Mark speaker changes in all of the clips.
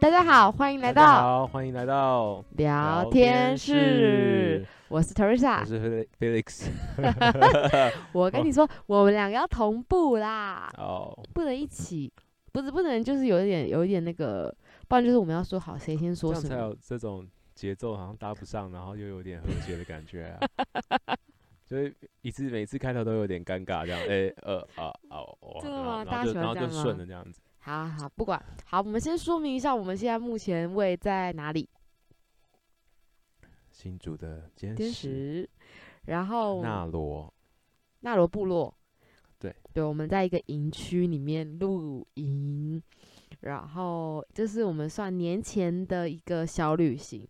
Speaker 1: 大家好，欢迎来
Speaker 2: 大家
Speaker 1: 到
Speaker 2: 好，欢迎来到
Speaker 1: 聊天室，，啊我是
Speaker 2: 我
Speaker 1: Teresa。
Speaker 2: 是 Felix。
Speaker 1: 我跟你说，我们两个要同步啦，
Speaker 2: 哦，
Speaker 1: 不能一起，不是不能，就是有一点有一点那个，不然就是我们要说好谁先
Speaker 2: 这
Speaker 1: 说
Speaker 2: 样
Speaker 1: 什
Speaker 2: 才
Speaker 1: 么。
Speaker 2: 有这种节奏好像搭不上，然后又有点和谐的感觉啊。 就是一次每次开头都有点尴尬，这样哎呃啊哦，哦
Speaker 1: 真的
Speaker 2: 然
Speaker 1: 吗
Speaker 2: 后
Speaker 1: 大家
Speaker 2: 然
Speaker 1: 喜欢
Speaker 2: 后就然后
Speaker 1: 这
Speaker 2: 就
Speaker 1: 样
Speaker 2: 顺
Speaker 1: 吗
Speaker 2: 了这样子。
Speaker 1: 好好好，不管好，我们先说明一下我们现在目前位在哪里，
Speaker 2: 新竹的坚
Speaker 1: 天
Speaker 2: 石
Speaker 1: 使，然后
Speaker 2: 纳罗，
Speaker 1: 纳罗部落，
Speaker 2: 对
Speaker 1: 对，我们在一个营区里面露营，然后这是我们算年前的一个小旅行。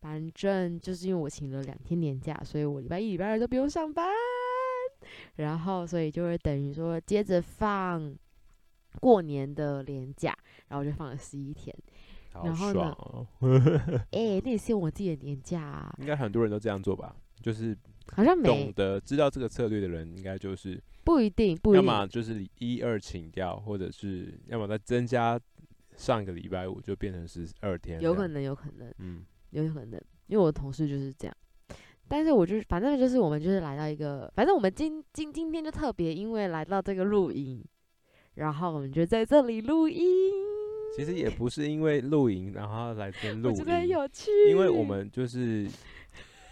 Speaker 1: 反正就是因为我请了两天年假，所以我礼拜一、礼拜二都不用上班，然后所以就会等于说接着放过年的年假，然后我就放了十一天。
Speaker 2: 好
Speaker 1: 然后呢
Speaker 2: 爽哦！
Speaker 1: 哎、那也是我自己的年假、啊，
Speaker 2: 应该很多人都这样做吧？就是
Speaker 1: 好像
Speaker 2: 懂
Speaker 1: 没
Speaker 2: 得知道这个策略的人，应该就是
Speaker 1: 不一定，不一
Speaker 2: 要
Speaker 1: 定。
Speaker 2: 么就是一二请掉，或者是要么再增加上个礼拜五就变成十二天，
Speaker 1: 有可，能，有可能，
Speaker 2: 嗯，
Speaker 1: 有可能，因为我的同事就是这样。但是我就是，反正就是我们就是来到一个，反正我们今今今天就特别，因为来到这个露营，然后我们就在这里录音，
Speaker 2: 其实也不是因为露营，然后来跟
Speaker 1: 我
Speaker 2: 录
Speaker 1: 觉得很
Speaker 2: 音，
Speaker 1: 有趣。
Speaker 2: 因为我们就是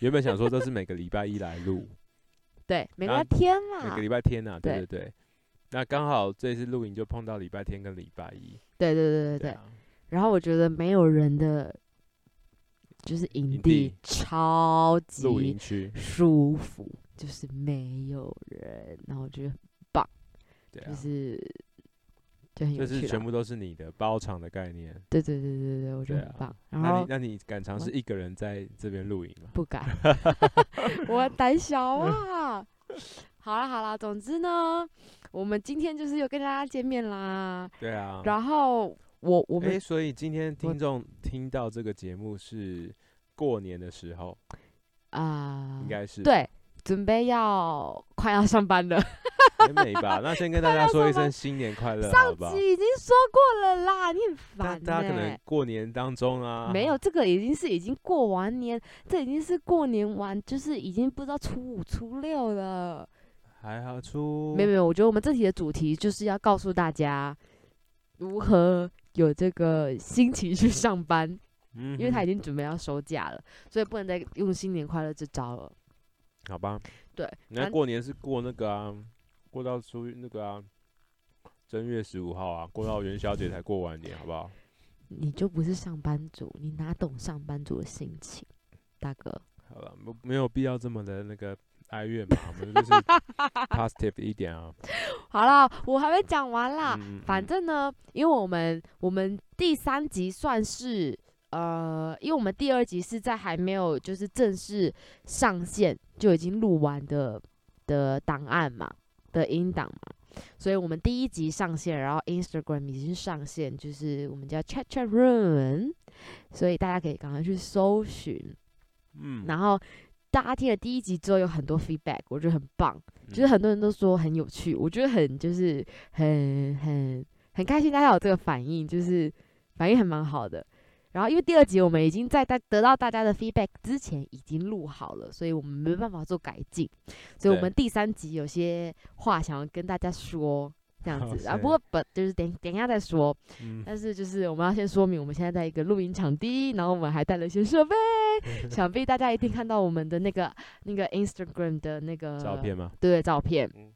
Speaker 2: 原本想说都是每个礼拜一来 录，
Speaker 1: 对每
Speaker 2: 啊
Speaker 1: 个天
Speaker 2: 每
Speaker 1: 啦
Speaker 2: 个，礼拜天呐、啊对
Speaker 1: 对
Speaker 2: 对对。那刚好这次露营就碰到礼拜天跟礼拜一，
Speaker 1: 对对对对对。
Speaker 2: 啊，
Speaker 1: 然后我觉得没有人的，就是营
Speaker 2: 营
Speaker 1: 地
Speaker 2: 地
Speaker 1: 超
Speaker 2: 露
Speaker 1: 级
Speaker 2: 营区，
Speaker 1: 舒服，就是没有人，然后我觉得
Speaker 2: 对啊
Speaker 1: 就，是、就很有
Speaker 2: 就
Speaker 1: 趣啊
Speaker 2: 是
Speaker 1: 啦。
Speaker 2: 全部都是你的包场的概念。
Speaker 1: 对对对对对，我觉得
Speaker 2: 对
Speaker 1: 很
Speaker 2: 啊
Speaker 1: 棒。然
Speaker 2: 那
Speaker 1: 后
Speaker 2: 你那你敢尝
Speaker 1: 我
Speaker 2: 试一个人在这边露营吗？
Speaker 1: 不敢， 我胆小
Speaker 2: 嗯
Speaker 1: 啊。好啦好啦，总之呢，我们今天就是又跟大家见面啦。
Speaker 2: 对啊，
Speaker 1: 然后我我
Speaker 2: 哎、
Speaker 1: 们
Speaker 2: 所以今天
Speaker 1: 我
Speaker 2: 听众听到这个节目是过年的时候，
Speaker 1: 啊
Speaker 2: 应、该是
Speaker 1: 对，准备要快要上班了，
Speaker 2: 还没吧？那 先跟大家说
Speaker 1: 快要
Speaker 2: 一
Speaker 1: 上班
Speaker 2: 声新年快乐，好不好？
Speaker 1: 已经说过了啦，你很
Speaker 2: 大
Speaker 1: 烦、欸。
Speaker 2: 大家可能过年当中啊，
Speaker 1: 没有，这个已经是已经过完年，这已经是过年完，就是已经不知道初五初六了。
Speaker 2: 还好出
Speaker 1: 没有没有，我觉得我们这题的主题就是要告诉大家如何有这个心情去上班，
Speaker 2: 嗯哼，
Speaker 1: 因为他已经准备要收假了，所以不能再用新年快乐这招了。
Speaker 2: 好吧？
Speaker 1: 对，
Speaker 2: 那
Speaker 1: 反
Speaker 2: 过年是过那个啊，过到初那个啊，正月十五号啊，过到元宵节才过完年，好不好？
Speaker 1: 你就不是上班族，你哪懂上班族的心情，大哥？
Speaker 2: 好了，没没有必要这么的那个哀怨嘛，我们就是 positive 一点啊。
Speaker 1: 好啦，我还没讲完啦。
Speaker 2: 嗯嗯
Speaker 1: 啊反
Speaker 2: 嗯
Speaker 1: 正呢，因为我们我们第三集算是呃，因为我们第二集是在还没有就是正式上线就已经录完的的档案嘛的音档嘛，所以我们第一集上线，然后 Instagram 已经上线，就是我们叫 Chat Chat Room，所以大家可以赶快去搜寻。
Speaker 2: 嗯
Speaker 1: 然后大家听了第一集之后有很多 feedback，我觉得很棒。就是
Speaker 2: 嗯
Speaker 1: 很多人都说很有趣，我觉得很就是很很很开心，大家有这个反应，就是反应还蛮好的。然后因为第二集我们已经在大得到大家的 feedback 之前已经录好了，所以我们没办法做改进，所以我
Speaker 2: 对
Speaker 1: 们第三集有些话想要跟大家说。这样
Speaker 2: 好
Speaker 1: 子啊，
Speaker 2: 哦是
Speaker 1: 不过本就是等等一下再说，
Speaker 2: 嗯
Speaker 1: 但是就是我们要先说明，我们现在在一个录音场地，然后我们还带了一些设备，
Speaker 2: 嗯
Speaker 1: 想必大家一定看到我们的那个那个 Instagram 的那个
Speaker 2: 照片吗？
Speaker 1: 对照片，
Speaker 2: 嗯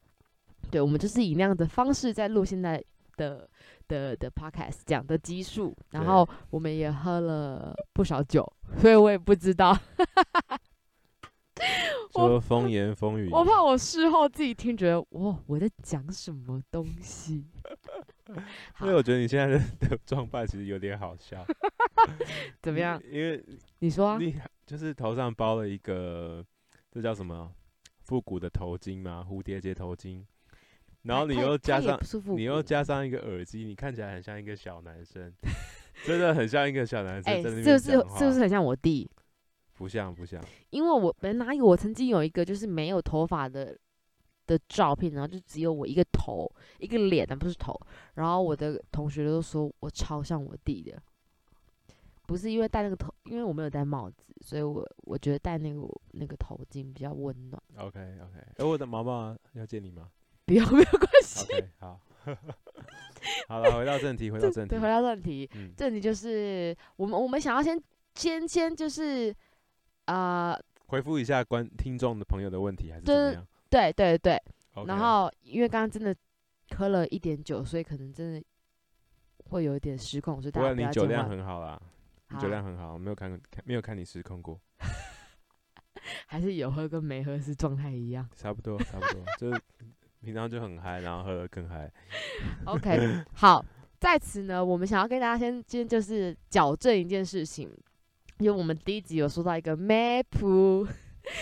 Speaker 1: 对，我们就是以那样的方式在录现在的的的 podcast 讲的基数，然
Speaker 2: 对
Speaker 1: 后我们也喝了不少酒，所以我也不知道，我
Speaker 2: 说风言风语，
Speaker 1: 我怕我事后自己听觉得哇我在讲什么东 西。好
Speaker 2: 因为，我觉得你现在 的的装扮其实有点好笑。
Speaker 1: 怎么样？？
Speaker 2: 因为
Speaker 1: 你说、啊，
Speaker 2: 你就是头上包了一个，这叫什么复古的头巾吗？蝴蝶结头巾，然后你
Speaker 1: 它
Speaker 2: 又加上，
Speaker 1: 它也不是复
Speaker 2: 你
Speaker 1: 古
Speaker 2: 又加上一个耳机，你看起来很像一个小 男生，真的很像一个小男
Speaker 1: 哎、
Speaker 2: 生在那
Speaker 1: 是
Speaker 2: 边
Speaker 1: 不是
Speaker 2: 讲话。
Speaker 1: 是不是很像我弟？
Speaker 2: 不像不像？
Speaker 1: 因为我本来有我曾经有一个就是没有头发的的照片，然后就只有我一个头一个脸，但不是头。然后我的同学都说我超像我弟的，不是因为戴那个头，因为我没有戴帽子，所以我我觉得戴那个那个头巾比较温暖。
Speaker 2: OK OK，哎、我的毛毛要见你吗
Speaker 1: 不要，没有关系。
Speaker 2: ？OK，好， 好了，回到正题，回到正题
Speaker 1: 对，，回到正题，
Speaker 2: 嗯，
Speaker 1: 正题就是我们我们想要先先先就是呃，
Speaker 2: 回复一下观听众的朋友的问题还是怎么
Speaker 1: 对
Speaker 2: 样
Speaker 1: 对对对
Speaker 2: o k
Speaker 1: 然后因为刚刚真的喝了一点酒，所以可能真的会有一点失控，所以
Speaker 2: 不
Speaker 1: 大家
Speaker 2: 过
Speaker 1: 不
Speaker 2: 你
Speaker 1: 要
Speaker 2: 酒
Speaker 1: 见
Speaker 2: 量
Speaker 1: 怪。
Speaker 2: 很好啦，你
Speaker 1: 好
Speaker 2: 酒量很好，我没有看看没有看你失控过，
Speaker 1: 还是有喝跟没喝是状态一 样。
Speaker 2: 差不多差不多，就是平常就很嗨，然后喝得更嗨。
Speaker 1: OK，好，在此呢，我们想要跟大家先先就是矫正一件事情，因为我们第一集有说到一个 map，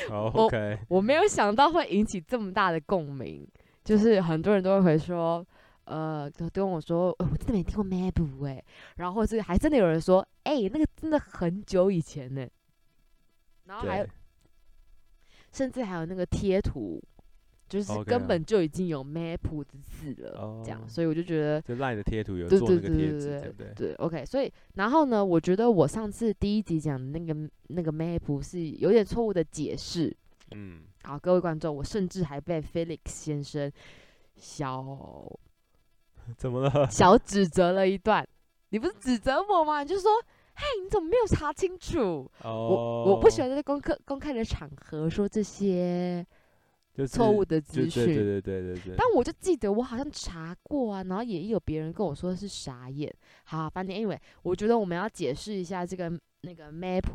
Speaker 2: 好 OK，
Speaker 1: 我没有想到会引起这么大的共鸣，就是很多人都会回说。呃，都都跟我说、呃我真的没听过 map 哎、然后或是还真的有人说，哎、那个真的很久以前呢、然后还有
Speaker 2: 对，
Speaker 1: 甚至还有那个贴图，就是
Speaker 2: OK 啊
Speaker 1: 根本就已经有 map 的字了
Speaker 2: 哦
Speaker 1: 这样，所以我就觉得
Speaker 2: 就赖的贴图有
Speaker 1: 对
Speaker 2: 做那
Speaker 1: 对
Speaker 2: 个
Speaker 1: 对
Speaker 2: 贴
Speaker 1: 对
Speaker 2: 纸，对不对？
Speaker 1: 对，OK，所以然后呢，我觉得我上次第一集讲的那个那个 map 是有点错误的解释。
Speaker 2: 嗯，
Speaker 1: 好，各位观众，我甚至还被 Felix 先生小
Speaker 2: 怎么了？
Speaker 1: 小指责了一段。你不是指责我吗？你就说，嘿，你怎么没有查清楚？
Speaker 2: 哦，
Speaker 1: 我不喜欢在公开公开的场合说这些
Speaker 2: 就是
Speaker 1: 错误的
Speaker 2: 就
Speaker 1: 资
Speaker 2: 对
Speaker 1: 讯。
Speaker 2: 对对对对对。
Speaker 1: 但我就记得我好像查过啊，然后也有别人跟我说是傻眼。好，反正 anyway，我觉得我们要解释一下这个那个 map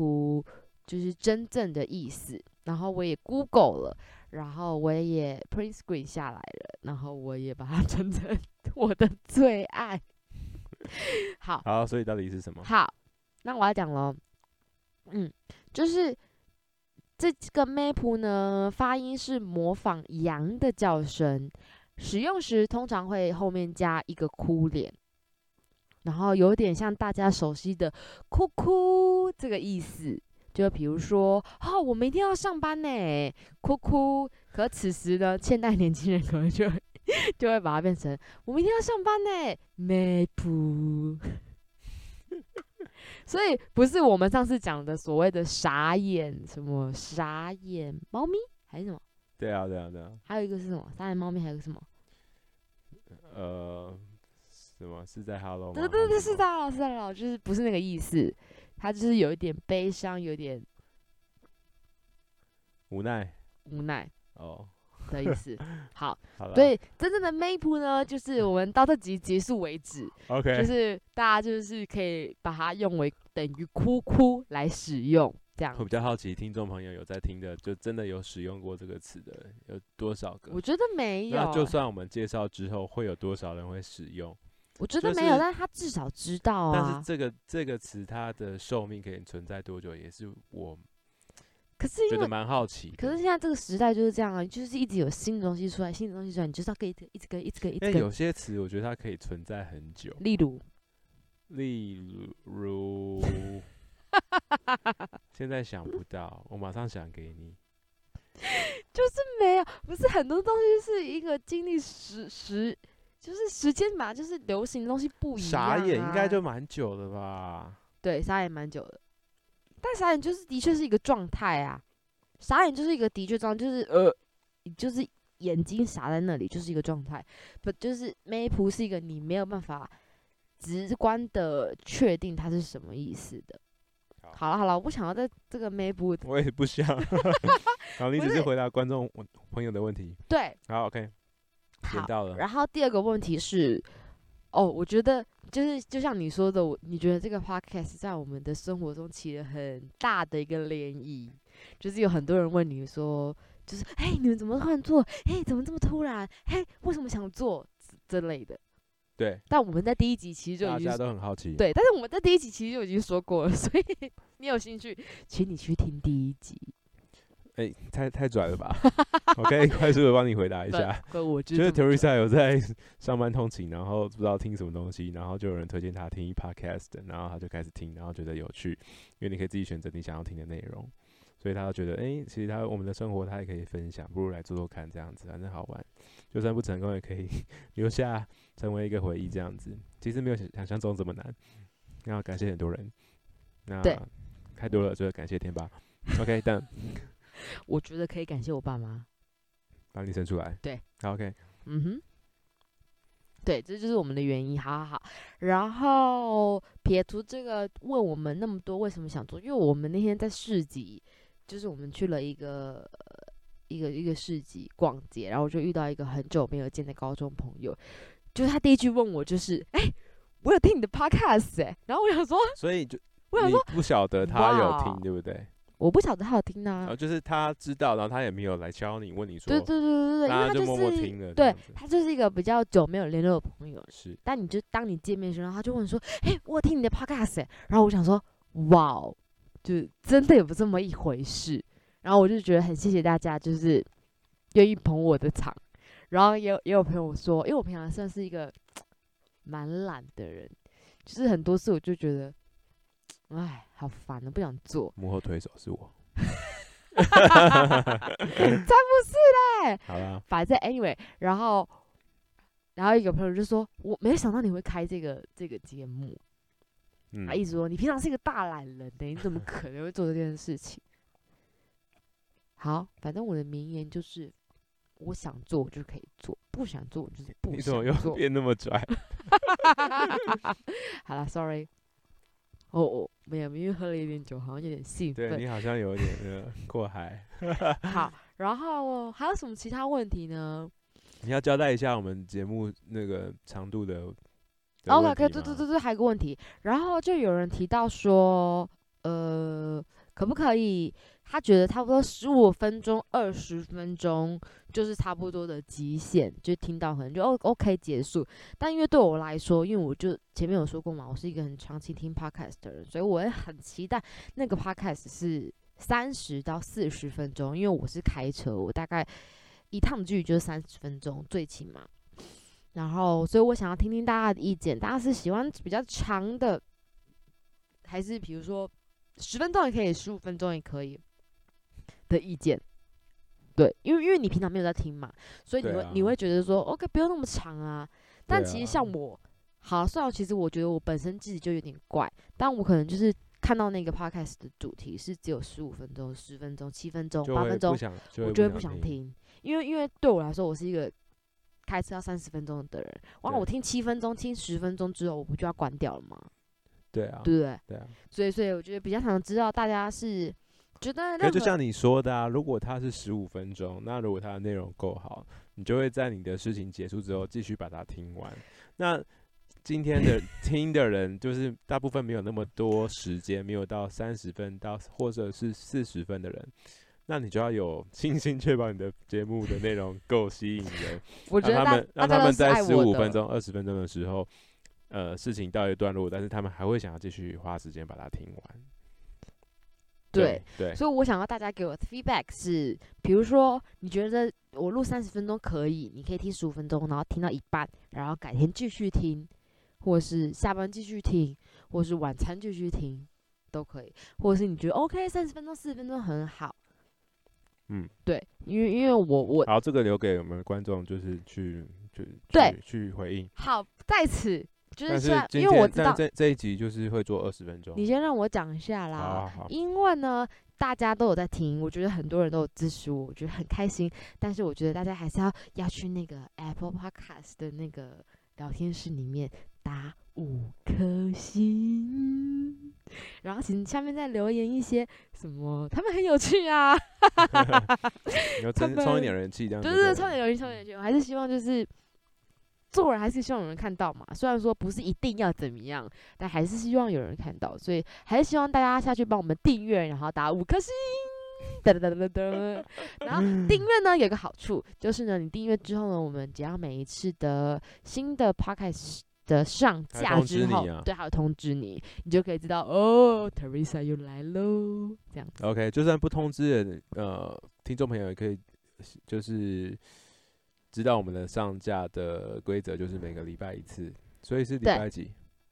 Speaker 1: 就是真正的意思。然后我也 Google 了，然后我也 print screen 下来了，然后我也把它 整成我的最爱。 好
Speaker 2: 好，所以到底是什么？
Speaker 1: 好，那我要讲喽。嗯，就是这个 map 呢，发音是模仿羊的叫声，使用时通常会后面加一个哭脸，然后有点像大家熟悉的“哭哭”这个意思。就比如说，哦，我明天要上班呢，哭哭。可此时呢，现代年轻人可能就会 就会把它变成“我明天要上班呢 ”，map。所以不是我们上次讲的所谓的傻眼什么傻眼猫咪还是什么，
Speaker 2: 对啊对啊对啊，
Speaker 1: 还有一个是什么傻眼猫咪，还有一个什么？
Speaker 2: 呃，什么是在 Hello 吗？
Speaker 1: 对对对，是
Speaker 2: 还什么。
Speaker 1: 大佬是大佬，就是不是那个意思，他就是有一点悲伤，有一点
Speaker 2: 无奈
Speaker 1: 无奈
Speaker 2: 哦，
Speaker 1: 的意 思。好，
Speaker 2: 好了，
Speaker 1: 所以真正的 map 呢，就是我们到这集结束为 止，
Speaker 2: ，OK，
Speaker 1: 就是大家就是可以把它用为等于哭哭来使用，这样
Speaker 2: 我比较好奇，听众朋友有在听的，就真的有使用过这个词的，有多少个
Speaker 1: 我？觉得没有
Speaker 2: 那就
Speaker 1: 欸，
Speaker 2: 算我们介绍之后，会有多少人会使用？
Speaker 1: 我觉
Speaker 2: 就
Speaker 1: 得没有，
Speaker 2: 是
Speaker 1: 但是他至少知道
Speaker 2: 但是
Speaker 1: 啊。
Speaker 2: 这个这个词它的寿命可以存在多久，也是我
Speaker 1: 可是
Speaker 2: 觉
Speaker 1: 因
Speaker 2: 得
Speaker 1: 为
Speaker 2: 蛮好奇的。
Speaker 1: 可是现在这个时代就是这样啊，就是一直有新的东西出来，新的东西出来，你就是要跟一直一直跟一直跟一直
Speaker 2: 因为有
Speaker 1: 跟。
Speaker 2: 些词，我觉得它可以存在很久，
Speaker 1: 例如，
Speaker 2: 例 如，现在想不到，我马上想给你。
Speaker 1: 没有，不是很多东西是一个经历时时，就是时间嘛，就是流行的东西不一样、啊。
Speaker 2: 傻眼应该就蛮久了吧？
Speaker 1: 对，傻眼蛮久的，但傻眼就是的确是一个状态啊，傻眼就是一个的确状态，就是呃，就是眼睛傻在那里，就是一个状态。不就是 map 是一个你没有办法直观的确定它是什么意思的。好
Speaker 2: 好
Speaker 1: 了好了，我不想要在这个 map
Speaker 2: 我也不想。 好，你
Speaker 1: 不
Speaker 2: 只是
Speaker 1: 是
Speaker 2: 回答观众我朋友的问题。
Speaker 1: 对
Speaker 2: 好，OK，点
Speaker 1: 好，
Speaker 2: 到了。
Speaker 1: 然后第二个问题是，哦，我觉得就是就像你说的，我你觉得这个 podcast 在我们的生活中起了很大的一个涟漪，就是有很多人问你说，就是哎，你们怎么突然做？哎，怎么这么突然？嘿，为什么想做之之类的？
Speaker 2: 对，
Speaker 1: 但我们在第一集其实就
Speaker 2: 大
Speaker 1: 已经
Speaker 2: 家都很好奇。，
Speaker 1: 对，但是我们在第一集其实就已经说过了， 所以你有兴趣，请你去听第一集。
Speaker 2: 哎，太太拽了吧？ 我可以快速的帮你回答一下。
Speaker 1: 可我知
Speaker 2: 就是
Speaker 1: 道
Speaker 2: Teresa 有在 上班通勤，然后不知道听什么东西，然后就有人推荐他听 podcast，然后他就开始听，然后觉得有趣，因为你可以自己选择你想要听的内容，所以他就觉得，哎、其实他我们的生活他也可以分享，不如来做做看这样子，反正好玩，就算不成功也可以 留下成为一个回忆这样子。其实没有想想象中这么难，然后感谢很多人，那
Speaker 1: 对
Speaker 2: 太多了，就感谢天吧。OK，但
Speaker 1: 我觉得可以感谢我爸妈。
Speaker 2: 把你生出来。
Speaker 1: 对
Speaker 2: 好，OK，
Speaker 1: 嗯哼，对，这就是我们的原因。好好好，然后撇除这个，问我们那么多为什么想做，因为我们那天在市集，就是我们去了一个呃一个一个市集逛街，然后我就遇到一个很久没有见的高中朋友，就是他第一句问我就是，哎、我有听你的 podcast 哎、然后我想说，
Speaker 2: 所以就
Speaker 1: 我想
Speaker 2: 你
Speaker 1: 说，
Speaker 2: 不晓得他有
Speaker 1: 哇
Speaker 2: 听，对不对？
Speaker 1: 我不晓得他有听
Speaker 2: 然
Speaker 1: 啊
Speaker 2: 后，就是他知道，然后他也没有来敲你，问你说，
Speaker 1: 对对对对对，因为
Speaker 2: 大
Speaker 1: 他
Speaker 2: 家就是默默听了，这
Speaker 1: 对
Speaker 2: 样子
Speaker 1: 他就是一个比较久没有联络的朋友，
Speaker 2: 是。
Speaker 1: 但你就当你见面的时候，然后他就问说：“哎、我有听你的 podcast、欸。”然后我想说：“哇哦，就真的有这么一回事。”然后我就觉得很谢谢大家，就是愿意捧我的场。然后也有也有朋友说，因为我平常算是一个蛮懒的人，就是很多事我就觉得，哎，好烦啊，不想做
Speaker 2: 幕后推手 是我。
Speaker 1: 才
Speaker 2: 好啦，
Speaker 1: 反正 anyway，然后然后一个朋友就说：“我没有想到你会开这个这个节目。”
Speaker 2: 嗯
Speaker 1: 他，一直说你平常是一个大懒人欸的，你怎么可能会做这件事情？ 好，反正我的名言就是，我想做我就可以做，不想做我就是不
Speaker 2: 你怎么
Speaker 1: 想
Speaker 2: 又
Speaker 1: 做。
Speaker 2: 变那么拽？
Speaker 1: 好了，sorry，哦，我没有，因为喝了一点酒，好像有点兴
Speaker 2: 对
Speaker 1: 奋。
Speaker 2: 你好像有点呃过海。
Speaker 1: 好，然后还有什么其他问题呢
Speaker 2: 你要交代一下我们节目那个长度的。的
Speaker 1: ？OK，
Speaker 2: 问
Speaker 1: 可以
Speaker 2: 题
Speaker 1: 对对
Speaker 2: 吗
Speaker 1: 对对，还有一个问题，然后就有人提到说，呃，可不可以？他觉得差不多十五分钟、二十分钟就是差不多的极限，就听到可能就 O OK 结束。但因为对我来说，因为我就前面有说过嘛，我是一个很长期听 podcast 的人，所以我也很期待那个 podcast 是三十到四十分钟，因为我是开车，我大概一趟的距离就是三十分钟最起码。然后，所以我想要听听大家的意见，大家是喜欢比较长的，还是比如说十分钟也可以，十五分钟也可以的意见？对，因为因为你平常没有在听嘛，所以你
Speaker 2: 对
Speaker 1: 会、
Speaker 2: 啊
Speaker 1: 你会觉得说，OK，不用那么长啊，但
Speaker 2: 对
Speaker 1: 其
Speaker 2: 啊
Speaker 1: 实像我，好，虽然其实我觉得我本身自己就有点怪，但我可能就是看到那个 podcast 的主题是只有十五分钟、十分钟、七分钟、
Speaker 2: 就
Speaker 1: 八
Speaker 2: 会
Speaker 1: 分
Speaker 2: 不
Speaker 1: 钟，
Speaker 2: 想，
Speaker 1: 我就
Speaker 2: 就
Speaker 1: 会
Speaker 2: 会
Speaker 1: 不想
Speaker 2: 想。
Speaker 1: 听，因为因为对我来说，我是一个开车要三十分钟的人，哇，
Speaker 2: 对
Speaker 1: 我听七分钟、听十分钟之后，我不就要关掉了吗？
Speaker 2: 对啊，
Speaker 1: 对不对？
Speaker 2: 对啊。
Speaker 1: 所以所以我觉得比较想知道大家是觉得
Speaker 2: 那
Speaker 1: 任
Speaker 2: 就
Speaker 1: 何
Speaker 2: 像你说的啊，如果它是十五分钟，那如果它的内容够好，你就会在你的事情结束之后继续把它听完。那今 天的听的人，就是大部分没有那么多时间，没有到三十分到或者是四十分的人，那你就要有信心确保你的节目的内容够吸引人，
Speaker 1: 我觉得
Speaker 2: 让他
Speaker 1: 大
Speaker 2: 们让
Speaker 1: 大
Speaker 2: 他
Speaker 1: 家
Speaker 2: 们
Speaker 1: 都是
Speaker 2: 在
Speaker 1: 爱
Speaker 2: 十
Speaker 1: 我
Speaker 2: 五分
Speaker 1: 的。
Speaker 2: 钟、二十分钟的时候，呃，事情到一段落，但是他们还会想要继续花时间把它听完。
Speaker 1: 对，
Speaker 2: 对，
Speaker 1: 所以我想要大家给我的 feedback 是，比如说你觉得我录三十分钟可以，你可以听十五分钟，然后听到一半，然后改天继续听，或是下班继续听，或是晚餐继续听，都可以。或者是你觉得 OK 三十分钟、四十分钟很好，
Speaker 2: 嗯，
Speaker 1: 对，因为因为我我
Speaker 2: 好，这个留给我们观众，就是去去
Speaker 1: 对
Speaker 2: 去去回应。
Speaker 1: 好在此就是
Speaker 2: 但是
Speaker 1: 虽然
Speaker 2: 今
Speaker 1: 因为我
Speaker 2: 天
Speaker 1: 知
Speaker 2: 但
Speaker 1: 道
Speaker 2: 这这一集就是会做二十分钟。
Speaker 1: 你先让我讲一下啦，
Speaker 2: 好好好，
Speaker 1: 因为呢，大家都有在听，我觉得很多人都有支持我，我觉得很开心。但是我觉得大家还是要要去那个 Apple Podcast 的那个聊天室里面打五颗星，然后请下面再留言一些什么，他们很有趣啊，
Speaker 2: 你 要
Speaker 1: 他
Speaker 2: 增充一
Speaker 1: 们
Speaker 2: 点人气，这样
Speaker 1: 对
Speaker 2: 就
Speaker 1: 对对，
Speaker 2: 可以
Speaker 1: 充
Speaker 2: 了
Speaker 1: 点留言，充点留言，我还是希望就是。做人还是希望有人看到嘛，虽然说不是一定要怎么样，但还是希望有人看到，所以还是希望大家下去帮我们订阅，然后打五颗星，噔噔噔噔噔。然后订阅呢有个好处，就是呢你订阅之后呢，我们只要每一次的新的 podcast 的上
Speaker 2: 它会
Speaker 1: 架
Speaker 2: 通
Speaker 1: 之
Speaker 2: 知
Speaker 1: 后
Speaker 2: 你啊，
Speaker 1: 对，还有通知你，你就可以知道哦，Teresa 又来喽，这样子。
Speaker 2: OK，就算不通知的呃听众朋友也可以，就是知道我们的上架的规则就是每个礼拜一次，所以是礼
Speaker 1: 对
Speaker 2: 拜几？礼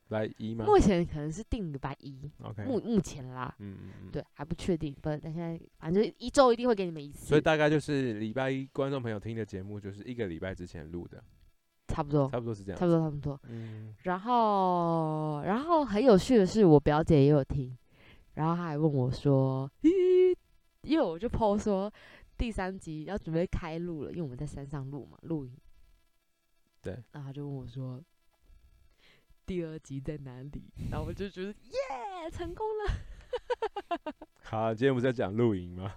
Speaker 2: 拜一吗
Speaker 1: 目前可能是定礼拜一，
Speaker 2: ？OK，
Speaker 1: 目
Speaker 2: 嗯
Speaker 1: 目前啦，
Speaker 2: 嗯嗯，。
Speaker 1: 对，还不确定，不，但现在反正一周一定会给你们一次，
Speaker 2: 所以大概就是礼拜一观众朋友听的节目，就是一个礼拜之前录的，
Speaker 1: 差不多，
Speaker 2: 差不多是这样
Speaker 1: 哦差。不多，差不多。
Speaker 2: 嗯，
Speaker 1: 然后，然后很有趣的是，我表姐也有听，然后他还问我说，咦，因为我就 PO 说第三集要准备开录了，因为我们在山上录嘛，录影。
Speaker 2: 对
Speaker 1: 然后他就问我说，第二集在哪里？然后我就觉得耶，成功了。
Speaker 2: 好，今天不是在讲露营吗？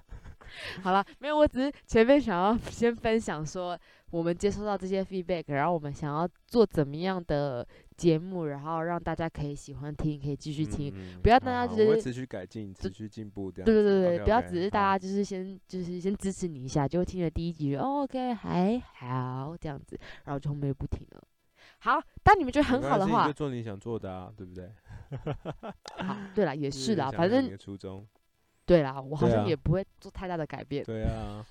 Speaker 1: 好了，没有，我只是前面想要先分享说，我们接收到这些 feedback，然后我们想要做怎么样的节目，然后让大家可以喜欢听，可以继续听。
Speaker 2: 嗯
Speaker 1: 不要大家
Speaker 2: 好
Speaker 1: 觉
Speaker 2: 我会
Speaker 1: 得
Speaker 2: 持续改进，持续进步，这样
Speaker 1: 对对
Speaker 2: 子
Speaker 1: 对对，
Speaker 2: ，OK，OK，
Speaker 1: 不要只是大家
Speaker 2: 好
Speaker 1: 就是先就是先支持你一下，就听了第一集、哦、，OK 还好这样子，然后就后面就不听了。好，当你们觉得
Speaker 2: 没
Speaker 1: 很
Speaker 2: 关
Speaker 1: 好的
Speaker 2: 系你
Speaker 1: 话
Speaker 2: 就，做你想做的啊，对不 对？
Speaker 1: 好，对啦，也
Speaker 2: 就是
Speaker 1: 啦，
Speaker 2: 想
Speaker 1: 反
Speaker 2: 想你
Speaker 1: 正
Speaker 2: 的初衷，
Speaker 1: 对啦，我好
Speaker 2: 对
Speaker 1: 像
Speaker 2: 啊
Speaker 1: 也不会做太大的改变。
Speaker 2: 对啊。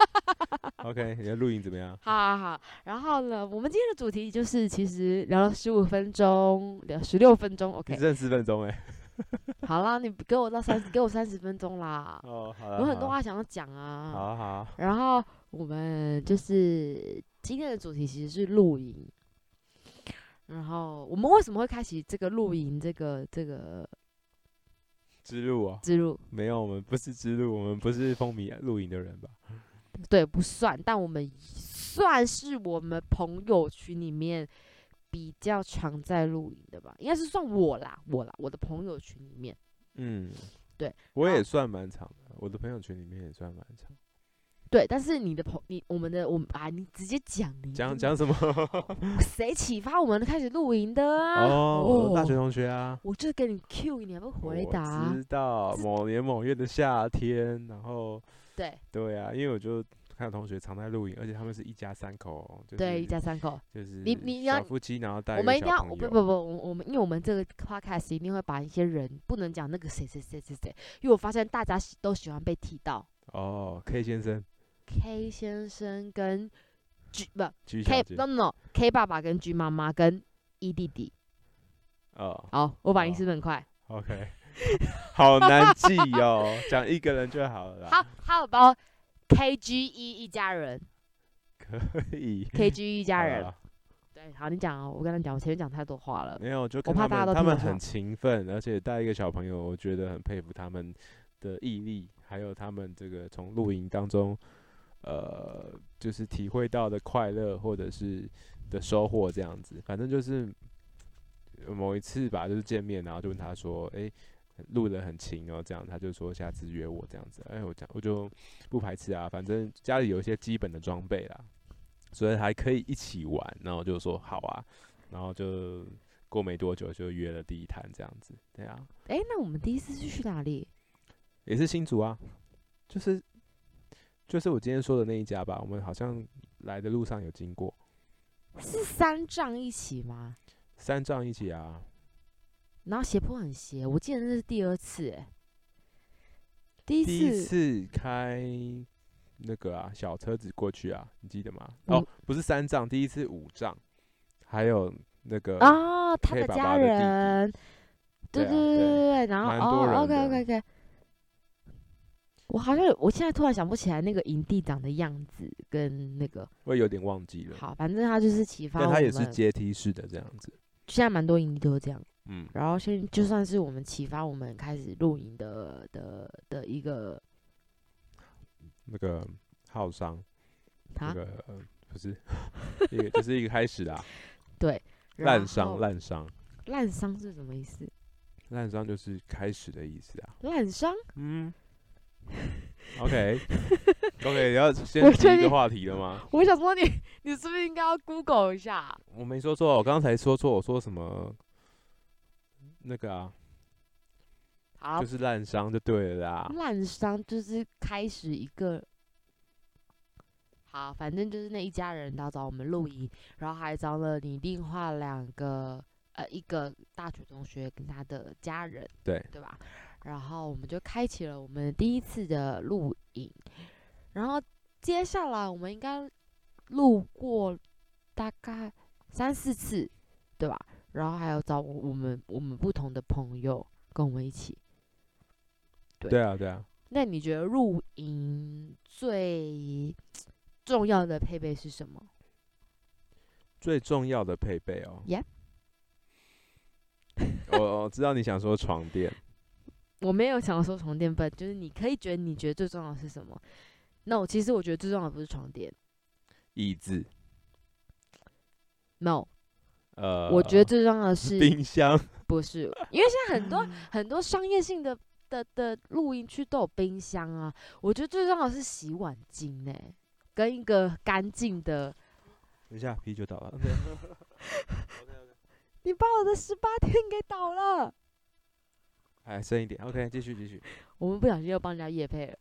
Speaker 2: OK，你的 露营怎么样？
Speaker 1: 好好好，然后呢，我们今天的主题就是，其实聊了十五分钟，聊十六分钟
Speaker 2: 你
Speaker 1: ，OK，
Speaker 2: 只剩四分钟哎。
Speaker 1: 好啦，你给我到三十，给我三十分钟啦，
Speaker 2: 哦， 好了。
Speaker 1: 有很多
Speaker 2: 好啦
Speaker 1: 话想要讲
Speaker 2: 好
Speaker 1: 啊。
Speaker 2: 啊好啊，
Speaker 1: 然后我们就是今天的主题其实是露营，然后我们为什么会开启这个露营这个这个
Speaker 2: 之路哦，
Speaker 1: 之路？
Speaker 2: 没有，我们不是之路，我们不是风靡露营的人吧？
Speaker 1: 对，不算，但我们算是我们朋友群里面比较常在露营的吧，应该是算我啦，我啦，我的朋友群里面。
Speaker 2: 嗯，
Speaker 1: 对，
Speaker 2: 我
Speaker 1: 然
Speaker 2: 也
Speaker 1: 后
Speaker 2: 算蛮长的，我的朋友圈里面也算蛮长。
Speaker 1: 嗯对，但是你的朋你我们的我们啊，你直接讲你
Speaker 2: 讲
Speaker 1: 真的
Speaker 2: 讲 什么？
Speaker 1: 谁启发我们开始露营的啊？
Speaker 2: 哦，我的大学同学啊。
Speaker 1: 我就给你 Q，你还不回
Speaker 2: 我
Speaker 1: 答？
Speaker 2: 知道某年某月的夏天，然后
Speaker 1: 对
Speaker 2: 对啊，因为我就看到同学常在露营，而且他们是一家三口哦，就是、
Speaker 1: 对，一家三口，
Speaker 2: 就是
Speaker 1: 你你要
Speaker 2: 小夫妻，然后带
Speaker 1: 我
Speaker 2: 一
Speaker 1: 们
Speaker 2: 个
Speaker 1: 一定
Speaker 2: 小
Speaker 1: 要
Speaker 2: 朋
Speaker 1: 不
Speaker 2: 友
Speaker 1: 不不，我我们因为我们这个 podcast 一定会把一些人不能讲那个谁谁谁谁谁，因为我发现大家喜都喜欢被提到
Speaker 2: 哦，K 先生
Speaker 1: K 先生跟 G 不
Speaker 2: ，G 小
Speaker 1: K
Speaker 2: 姐
Speaker 1: no no no, K 爸爸跟 G 妈妈跟 E 弟弟。
Speaker 2: 哦
Speaker 1: 好，我反应
Speaker 2: 哦
Speaker 1: 是不是很快？
Speaker 2: ，OK，好难记哦，讲一个人就好了
Speaker 1: 好
Speaker 2: 啦，，
Speaker 1: 还有包 KGE 一家人
Speaker 2: 可以，
Speaker 1: ，KGE 一家
Speaker 2: 好啊
Speaker 1: 人。
Speaker 2: 啦
Speaker 1: 对，好，你讲哦，我跟他讲，我前面讲太多话了。
Speaker 2: 没有，就看
Speaker 1: 怕
Speaker 2: 他
Speaker 1: 大家都听
Speaker 2: 们他们
Speaker 1: 不
Speaker 2: 很
Speaker 1: 到
Speaker 2: 勤奋，而且带一个小朋友，我觉得很佩服他们的毅力，还有他们这个从露营当中，呃，就是体会到的快乐或者是的收获这样子。反正就是呃某一次吧，就是见面，然后就问他说：“诶，录的很勤哦，这样。”他就说下次约我这样子。哎，我讲我就不排斥啊，反正家里有一些基本的装备啦。所以还可以一起玩，然后我就说好啊，然后就过没多久就约了第一摊这样子，对啊，
Speaker 1: 哎、那我们第一次是去哪里？
Speaker 2: 也是新竹啊，就是就是我今天说的那一家吧，我们好像来的路上有经过
Speaker 1: 是三仗一起吗？
Speaker 2: 三藏一起啊，
Speaker 1: 然后斜坡很斜，我记得那是第二次、哎，第一
Speaker 2: 第一
Speaker 1: 次
Speaker 2: 次开那个啊小车子过去啊，你记得吗？
Speaker 1: 嗯
Speaker 2: 哦，不是三藏，第一次五藏，还有那个
Speaker 1: 啊、他
Speaker 2: 黑
Speaker 1: 的
Speaker 2: 爸
Speaker 1: 家
Speaker 2: 爸的弟弟
Speaker 1: 人，对
Speaker 2: 对啊
Speaker 1: 对对对，然后
Speaker 2: 蛮多人
Speaker 1: 哦
Speaker 2: 的
Speaker 1: ，OK OK OK，我好像有我现在突然想不起来那个营地长的样子跟那个，
Speaker 2: 我也有点忘记了，
Speaker 1: 好，反正他就是启发
Speaker 2: 但
Speaker 1: 我
Speaker 2: 它
Speaker 1: 们，
Speaker 2: 也是阶梯式的这样子，
Speaker 1: 现在蛮多营地都是这样。
Speaker 2: 嗯，
Speaker 1: 然后现就算是我们启发我们开始露营的的的一个
Speaker 2: 那个浩商。那
Speaker 1: 啊，
Speaker 2: 个 呃不是一个，这是一个开始啦。
Speaker 1: 对，然
Speaker 2: 烂伤，
Speaker 1: 后
Speaker 2: 烂伤，
Speaker 1: 烂伤是什么意思？
Speaker 2: 烂伤就是开始的意思啊。
Speaker 1: 烂伤
Speaker 2: 嗯 ，OK，OK，你要先
Speaker 1: 我
Speaker 2: 提
Speaker 1: 确
Speaker 2: 一个
Speaker 1: 定
Speaker 2: 话题了吗？
Speaker 1: 我想说你，你是不是应该要 Google 一下？
Speaker 2: 我没说错，我刚才说错，我说什么？那个啊，
Speaker 1: 好
Speaker 2: 就，是烂伤就对了啦。
Speaker 1: 烂伤就是开始一个，好，反正就是那一家人他找我们露营，然后还找了你另外两个呃一个大学同学跟他的家人，
Speaker 2: 对
Speaker 1: 对吧？然后我们就开启了我们第一次的露营，然后接下来我们应该路过大概三四次，对吧？然后还有找我们我们不同的朋友跟我们一起。对
Speaker 2: 对啊，对啊，
Speaker 1: 那你觉得露营最重要的配备是什么？
Speaker 2: 最重要的配备 哦。
Speaker 1: Yep
Speaker 2: 我我知道你想说床垫，
Speaker 1: 我没有想要说床垫笨，就是你可以觉得你觉得最重要的是什么？No，其实我觉得最重要的不是床垫
Speaker 2: 椅子，
Speaker 1: ，No，、
Speaker 2: 呃，
Speaker 1: 我觉得最重要的 是
Speaker 2: 冰箱，
Speaker 1: 不是，因为现在 很多很多商业性的的的露营区都有冰箱啊。我觉得最重要的是洗碗巾呢、跟一个干净的。
Speaker 2: 等一下啤酒倒了，
Speaker 1: 你把我的十八天给倒了，
Speaker 2: 哎，深一点，OK，继续继续，
Speaker 1: 我们不小心又帮人家夜配了。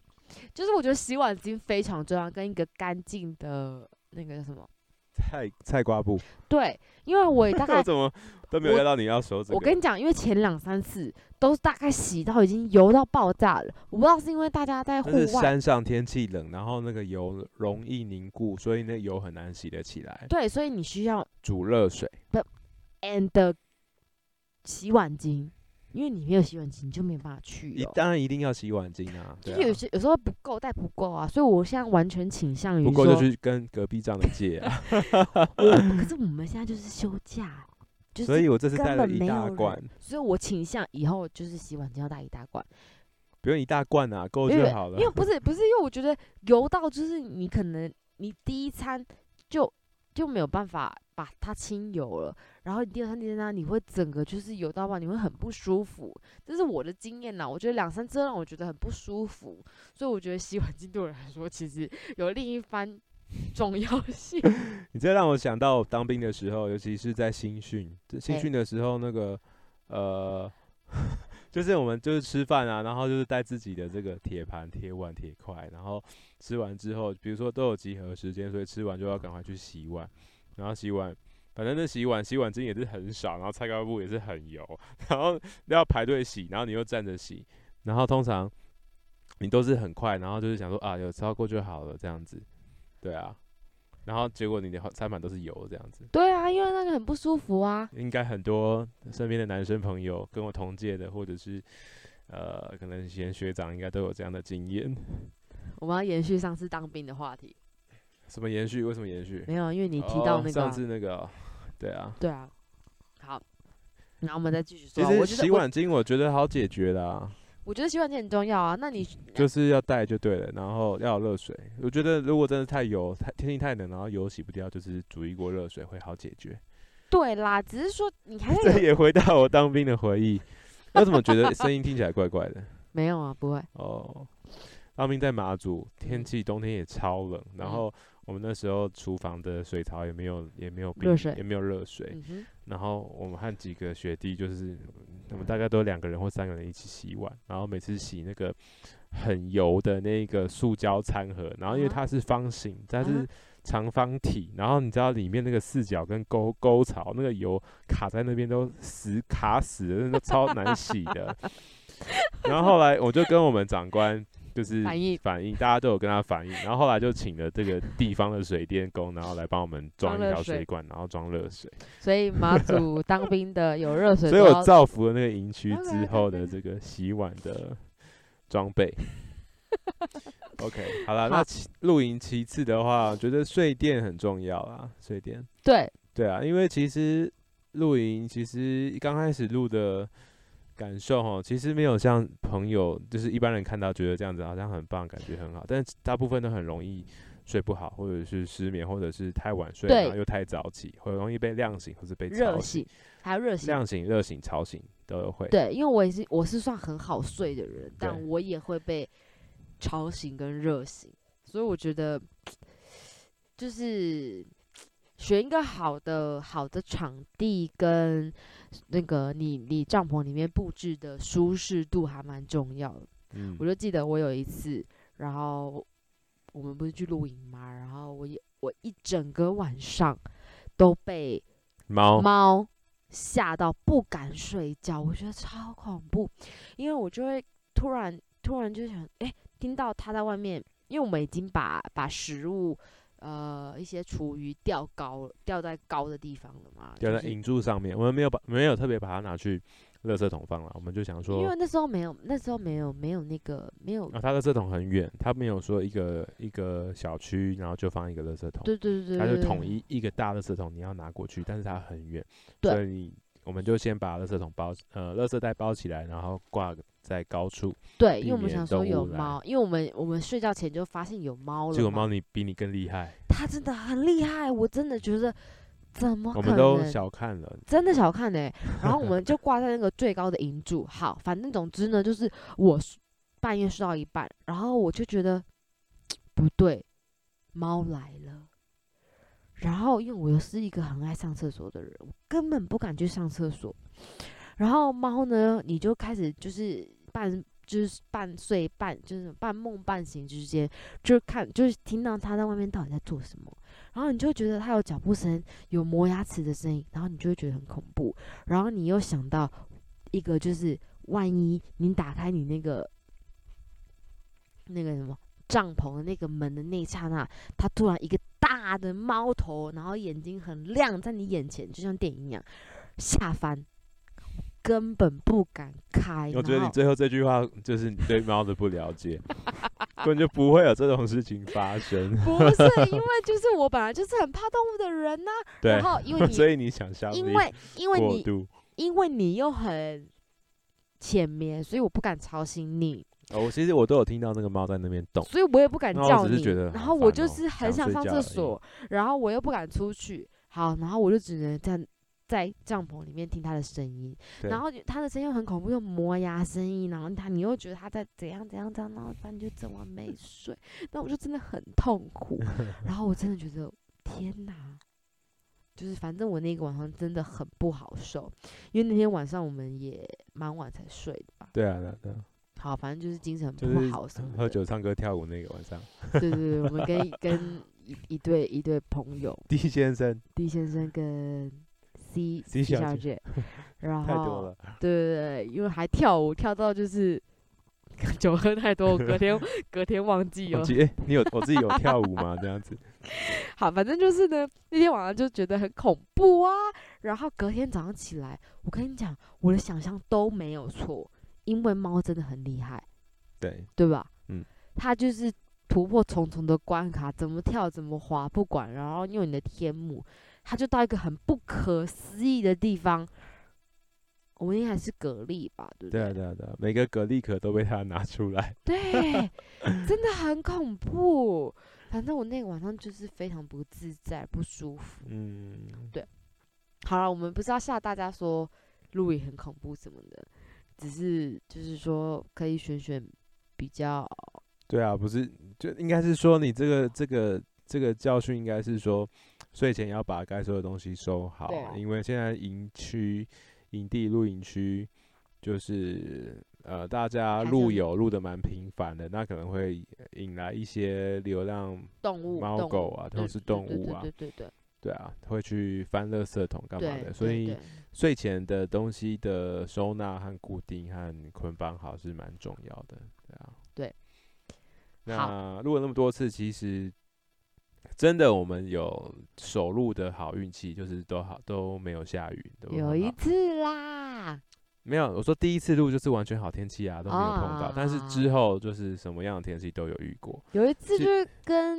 Speaker 1: 就是我觉得洗碗巾非常重要，跟一个干净的那个叫什么？
Speaker 2: 菜菜瓜布，
Speaker 1: 对，因为我也大概
Speaker 2: 我怎么都没有
Speaker 1: 我
Speaker 2: 料到你要手指、这个，
Speaker 1: 我跟你讲，因为前两三次都是大概洗到已经油到爆炸了，我不知道是因为大家在户
Speaker 2: 但是
Speaker 1: 外
Speaker 2: 山上天气冷，然后那个油容易凝固，所以那油很难洗得起来。
Speaker 1: 对，所以你需要
Speaker 2: 煮热水，
Speaker 1: and 洗碗巾，因为你没有洗碗巾，你就没有办法去
Speaker 2: 一
Speaker 1: 游、
Speaker 2: 当然一定要洗碗巾啊，
Speaker 1: 就
Speaker 2: 对
Speaker 1: 是有
Speaker 2: 啊，
Speaker 1: 些有时候不够带不够啊，所以我现在完全倾向于
Speaker 2: 不
Speaker 1: 说，
Speaker 2: 过就去 跟隔壁丈人借啊。
Speaker 1: 我可是我们现在就是休假，哦就是
Speaker 2: 所以我这次带
Speaker 1: 根
Speaker 2: 了
Speaker 1: 本
Speaker 2: 一
Speaker 1: 没
Speaker 2: 大
Speaker 1: 有
Speaker 2: 罐，
Speaker 1: 所以我倾向以后就是洗碗巾要带一大罐，
Speaker 2: 不用一大罐啊，够
Speaker 1: 因为
Speaker 2: 就好了
Speaker 1: 因为。不是不是因为我觉得油到就是你可能你第一餐就就没有办法把它清油了，然后你第二餐、第三餐你会整个就是油到爆，你会很不舒服。这是我的经验呐，我觉得两三次让我觉得很不舒服，所以我觉得洗碗巾 对我来说其实有另一番重要性。
Speaker 2: 你这让我想到我当兵的时候，尤其是在新训，这新
Speaker 1: 哎
Speaker 2: 训的时候那个呃。 就是我们就是吃饭啊，然后就是带自己的这个铁盘、铁碗、铁块，然后吃完之后，比如说都有集合时间，所以吃完就要赶快去洗碗，然后洗碗，反正那洗碗洗碗巾也是很少，然后菜瓜布也是很油，然后 要排队洗，然后你又站着洗，然后通常你都是很快，然后就是想说啊有超过就好了这样子，对啊，然后结果你的餐盘都是油这样子，
Speaker 1: 对啊，因为那个很不舒服啊。
Speaker 2: 应该很多身边的男生朋友跟我同届的，或者是呃可能以前学长应该都有这样的经验。
Speaker 1: 我们要延续上次当兵的话题，
Speaker 2: 什么延续？为什么延续？
Speaker 1: 没有，因为你提到
Speaker 2: 哦
Speaker 1: 那个啊、
Speaker 2: 上次那个哦、对啊，
Speaker 1: 对啊，好，然后我们再继续
Speaker 2: 其
Speaker 1: 说啊。
Speaker 2: 实
Speaker 1: 我觉
Speaker 2: 洗
Speaker 1: 得我
Speaker 2: 碗巾我觉得好解决的啊。
Speaker 1: 我觉得洗碗巾很重要啊。那你
Speaker 2: 就是要带就对了，然后要有热水。我觉得如果真的太油、太天气太冷，然后油洗不掉，就是煮一锅热水会好解 决。
Speaker 1: 对啦，只是说你还
Speaker 2: 这
Speaker 1: 是有
Speaker 2: 也回到我当兵的回忆。我怎么觉得声音听起来怪怪的？
Speaker 1: 没有啊？不会，
Speaker 2: 哦，当兵在马祖，天气冬天也超冷，然
Speaker 1: 嗯
Speaker 2: 后我们那时候厨房的水槽也没有，也没有
Speaker 1: 热
Speaker 2: 冰
Speaker 1: 水
Speaker 2: 也没有热水，
Speaker 1: 嗯哼，
Speaker 2: 然后我们和几个学弟就是，我们大概都两个人或三个人一起洗碗，然后每次洗那个很油的那个塑胶餐盒，然后因为
Speaker 1: 啊
Speaker 2: 它是方形，它
Speaker 1: 啊
Speaker 2: 是长方体，然后你知道里面那个四角跟沟沟槽那个油卡在那边都死卡死了，那都超难洗的。 然后后来我就跟我们长官就是
Speaker 1: 反应
Speaker 2: 反映，大家都有跟他反映，然后后来就请了这个地方的水电工，然后来帮我们装
Speaker 1: 装
Speaker 2: 一
Speaker 1: 热
Speaker 2: 条
Speaker 1: 水
Speaker 2: 水管，然后装热水。
Speaker 1: 所以马祖当兵的有热水
Speaker 2: 所
Speaker 1: 都
Speaker 2: 以我
Speaker 1: 要，
Speaker 2: 造福了那个营区
Speaker 1: 当
Speaker 2: 之
Speaker 1: 然
Speaker 2: 后
Speaker 1: 当
Speaker 2: 的
Speaker 1: 然
Speaker 2: 这个洗碗的 装备。OK，好了，
Speaker 1: 好
Speaker 2: 那其露营其次的话，我觉得睡垫很重要啊，睡垫。
Speaker 1: 对，
Speaker 2: 对啊，因为其实露营其实一刚开始录的感受哦，其实没有像朋友就是一般人看到觉得这样子好像很棒，感觉很好，但是大部分都很容易睡不好，或者是失眠，或者是太晚睡，
Speaker 1: 对
Speaker 2: 然后又太早起，很容易被亮醒或者被吵
Speaker 1: 热
Speaker 2: 醒。
Speaker 1: 醒还有热醒。
Speaker 2: 亮醒、热醒、吵醒都有会。
Speaker 1: 对，因为我也是我是算很好睡的人，但
Speaker 2: 对
Speaker 1: 我也会被吵醒跟热醒，所以我觉得就是选一个好的好的场地跟那个你你帐篷里面布置的舒适度还蛮重要的。
Speaker 2: 嗯
Speaker 1: 我就记得我有一次，然后我们不是去露营嘛，然后我也我一整个晚上都被
Speaker 2: 猫
Speaker 1: 猫吓到不敢睡觉，我觉得超恐怖，因为我就会突然突然就想，哎、听到它在外面，因为我们已经把把食物。呃，一些厨余吊高了，吊在高的地方了嘛，
Speaker 2: 掉
Speaker 1: 就
Speaker 2: 在
Speaker 1: 是
Speaker 2: 银柱上面，我们没有把没有特别把它拿去垃圾桶放了，我们就想说
Speaker 1: 因为，那时候没有，那时候没有没有那个没有，
Speaker 2: 啊，它垃圾桶很远，它没有说一个一个小区，然后就放一个垃圾桶，
Speaker 1: 对对对对，
Speaker 2: 它就
Speaker 1: 对
Speaker 2: 统一一个大垃圾桶，你要拿过去，但是它很远，
Speaker 1: 对
Speaker 2: 所以你我们就先把垃圾桶包呃垃圾袋包起来，然后挂在高处，
Speaker 1: 对，
Speaker 2: 避
Speaker 1: 因为我们
Speaker 2: 免
Speaker 1: 想说
Speaker 2: 动
Speaker 1: 有
Speaker 2: 物来
Speaker 1: 猫，因为我们我们睡觉前就发现有猫了嘛，
Speaker 2: 结果猫你比你更厉害，
Speaker 1: 它真的很厉害，我真的觉得怎么可
Speaker 2: 我们都
Speaker 1: 能？
Speaker 2: 小看了。
Speaker 1: 真的小看哎、然后我们就挂在那个最高的银柱。好，反正总之呢，就是我睡半夜睡到一半，然后我就觉得不对，猫来了。然后因为我又是一个很爱上厕所的人，我根本不敢去上厕所。然后猫呢，你就开始就是半就是半睡半就是半梦半醒之间，就是看就是听到它在外面到底在做什么，然后你就会觉得它有脚步声，有磨牙齿的声音，然后你就会觉得很恐怖，然后你又想到一个就是万一你打开你那个那个什么帐篷的那个门的那一刹那，它突然一个大的猫头，然后眼睛很亮，在你眼前，就像电影一样，吓翻。根本不敢开，
Speaker 2: 我觉
Speaker 1: 哎然
Speaker 2: 得你
Speaker 1: 后
Speaker 2: 最后这句话就是你对猫的不 了解，根本就不会有这种事情发生。
Speaker 1: 不是，因为就是我本来就是很怕动物的人呐、
Speaker 2: 对
Speaker 1: 然，后因为
Speaker 2: 所
Speaker 1: 你，
Speaker 2: 以你想象力
Speaker 1: 因为因为
Speaker 2: 过
Speaker 1: 你，
Speaker 2: 度。
Speaker 1: 因为你又很浅眠，所以我不敢吵醒你，
Speaker 2: 哦，我其实我都有听到那个猫在那边动，
Speaker 1: 所以我也不敢
Speaker 2: 那我
Speaker 1: 叫
Speaker 2: 只是
Speaker 1: 你
Speaker 2: 觉得。
Speaker 1: 然
Speaker 2: 好
Speaker 1: 后我
Speaker 2: 烦
Speaker 1: 就
Speaker 2: 哦
Speaker 1: 是很想
Speaker 2: 想睡
Speaker 1: 上
Speaker 2: 觉
Speaker 1: 厕
Speaker 2: 而已
Speaker 1: 所，然后我又不敢出去。好，然后我就只能在在帐篷里面听它的声音，
Speaker 2: 对
Speaker 1: 然后就它的声音又很恐怖，又磨牙声音，然后它你又觉得它在怎样怎样怎样，然后反正就整晚没睡，那我就真的很痛 苦。然后我真的觉得天哪，就是反正我那个晚上真的很不好受，因为那天晚上我们也蛮晚才睡的吧。
Speaker 2: 对啊，对啊对啊，
Speaker 1: 好，反正就是精神哦
Speaker 2: 就
Speaker 1: 不
Speaker 2: 是
Speaker 1: 好什么的。
Speaker 2: 喝酒、唱歌、跳舞那个晚上，
Speaker 1: 对对对，我们跟一跟一一对一对朋友
Speaker 2: 第一先生
Speaker 1: D 先生跟 C
Speaker 2: C 小
Speaker 1: 小
Speaker 2: 姐
Speaker 1: 姐，然后
Speaker 2: 太多了，
Speaker 1: 对对对，因为还跳舞跳到就是 酒喝太多，我隔 天隔天忘记
Speaker 2: 我
Speaker 1: 哦。
Speaker 2: 记哎，你有我自己有跳舞吗？这样子，
Speaker 1: 好，反正就是呢，那天晚上就觉得很恐怖啊。然后隔天早上起来，我跟你讲，我的想象都没有错，因为猫真的很厉害。
Speaker 2: 对，
Speaker 1: 对吧？
Speaker 2: 嗯，
Speaker 1: 它就是突破重重的关卡，怎么跳怎么滑不管，然后用你的天幕，它就到一个很不可思议的地方。我们应该是蛤蜊吧，对不
Speaker 2: 对啊，对啊，对啊，每个蛤蜊壳都被他拿出来，
Speaker 1: 对真的很恐怖。反正我那个晚上就是非常不自在、不舒服。
Speaker 2: 嗯，
Speaker 1: 好了，我们不是要吓大家说露营很恐怖什么的，只是就是说可以选选比较
Speaker 2: 对啊，不是，就应该是说你这个这个这个教训应该是说，睡前要把该收的东西收好
Speaker 1: 对啊，
Speaker 2: 因为现在营区、营地、露营区就是呃，大家
Speaker 1: 还是
Speaker 2: 路
Speaker 1: 有
Speaker 2: 友路的蛮频繁的，那可能会引来一些流浪
Speaker 1: 动物、
Speaker 2: 猫
Speaker 1: 动
Speaker 2: 狗
Speaker 1: 物
Speaker 2: 啊，
Speaker 1: 对
Speaker 2: 或是
Speaker 1: 对
Speaker 2: 动
Speaker 1: 对
Speaker 2: 物啊
Speaker 1: 对，对对对。
Speaker 2: 对啊，会去翻垃圾桶干嘛
Speaker 1: 对
Speaker 2: 的，所
Speaker 1: 对
Speaker 2: 以
Speaker 1: 对
Speaker 2: 睡前的东西的收纳和固定和捆绑好是蛮重要的，对啊。
Speaker 1: 对。
Speaker 2: 那录了那么多次，其实真的我们有首录的好运气，就是都好都没有下雨，都
Speaker 1: 有
Speaker 2: 很
Speaker 1: 一
Speaker 2: 好
Speaker 1: 次啦，
Speaker 2: 没有。我说第一次录就是完全好天气啊，都没有碰到，但是之
Speaker 1: 啊
Speaker 2: 后就是什么样的天气都有遇过。
Speaker 1: 有一次
Speaker 2: 记
Speaker 1: 就是跟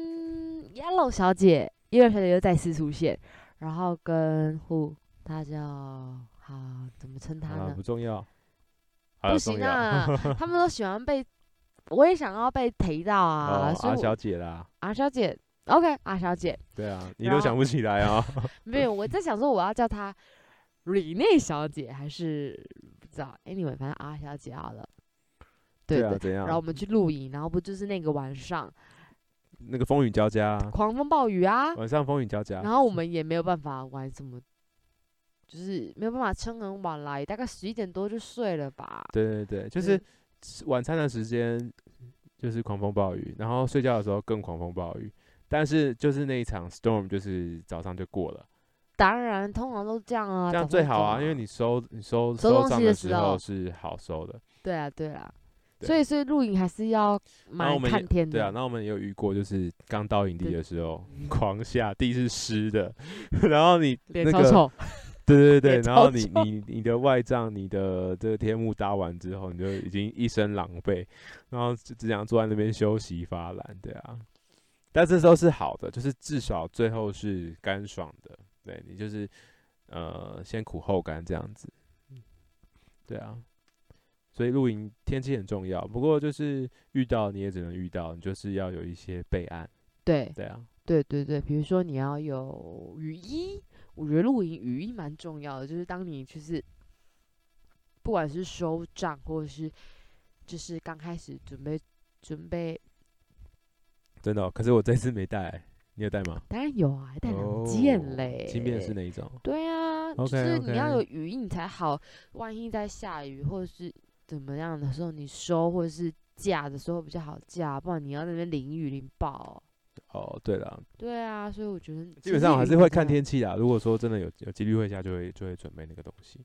Speaker 1: Yellow 小姐，Yellow 小姐又再次出现，然后跟 Who，她叫啊，怎么称她
Speaker 2: 啊，
Speaker 1: 呢
Speaker 2: 不？重要，
Speaker 1: 不
Speaker 2: 好了，重
Speaker 1: 行
Speaker 2: 要。
Speaker 1: 啊， 他们都喜欢被，我也想要被提到啊，
Speaker 2: 哦，
Speaker 1: 所以
Speaker 2: 阿
Speaker 1: 我
Speaker 2: 小姐啦，
Speaker 1: 阿小姐，OK，阿小姐，
Speaker 2: 对啊，你
Speaker 1: 然
Speaker 2: 都
Speaker 1: 后
Speaker 2: 想不起来啊、
Speaker 1: 没有，我在想说我要叫她 Rene 小姐还是不知道，Anyway，反正阿小姐好了。 对
Speaker 2: 啊，怎样
Speaker 1: 然后？我们去露营，然后不就是那个晚上
Speaker 2: 那个风雨交加啊，
Speaker 1: 狂风暴雨啊，
Speaker 2: 晚上风雨交加。
Speaker 1: 然后我们也没有办法玩什么，就是没有办法撑很晚来，大概十一点多就睡了吧。
Speaker 2: 对对对，
Speaker 1: 对
Speaker 2: 就是吃晚餐的时间就是狂风暴雨，然后睡觉的时候更狂风暴雨。但是就是那一场 storm，就是早上就过了，
Speaker 1: 当然，通常都这样啊，
Speaker 2: 这样
Speaker 1: 早
Speaker 2: 最
Speaker 1: 上
Speaker 2: 好
Speaker 1: 就
Speaker 2: 啊，因为你收你收
Speaker 1: 收东
Speaker 2: 账
Speaker 1: 西的时
Speaker 2: 时候
Speaker 1: 候
Speaker 2: 是好收的。
Speaker 1: 对啊，对啊，
Speaker 2: 对
Speaker 1: 所以所以露营还是要
Speaker 2: 然后我
Speaker 1: 蛮
Speaker 2: 们也
Speaker 1: 看天
Speaker 2: 对啊，
Speaker 1: 的。
Speaker 2: 那我们也有遇过，就是刚到营地
Speaker 1: 嗯对
Speaker 2: 的时候 狂下，地是湿的， 然后你
Speaker 1: 脸
Speaker 2: 那
Speaker 1: 超
Speaker 2: 个
Speaker 1: 臭，
Speaker 2: 对对对，
Speaker 1: 脸
Speaker 2: 然
Speaker 1: 超
Speaker 2: 后你
Speaker 1: 臭
Speaker 2: 你你的外帐、你的这个天幕搭完之后，你就已经一身狼狈，然后只只想坐在那边休息发懒，对啊。但这时候是好的，就是至少最后是干爽的，对你就是呃先苦后甘这样子，对啊。所以露营天气很重要。不过就是遇到你也只能遇到，你就是要有一些备案。
Speaker 1: 对
Speaker 2: 对啊，
Speaker 1: 对对对，比如说你要有雨衣，我觉得露营雨衣蛮重要的，就是当你就是不管是收帐或者是就是刚开始准备准备，
Speaker 2: 真的哦、可是我这次没带，你有带吗？
Speaker 1: 当然有啊，带两
Speaker 2: 哦
Speaker 1: 件嘞，
Speaker 2: 轻便是哪一种？
Speaker 1: 对啊就是你要
Speaker 2: OK，OK
Speaker 1: 有雨衣你才好，万一在下雨或者是怎么样的时候，你收或者是架的时候比较好架，不然你要在那边淋雨淋爆哦。
Speaker 2: 哦，对了，
Speaker 1: 对啊，所以我觉得
Speaker 2: 基本上我还是会看。
Speaker 1: 其实雨衣真的
Speaker 2: 天气啦。如果说真的有有几率会下，就会就会准备那个东西。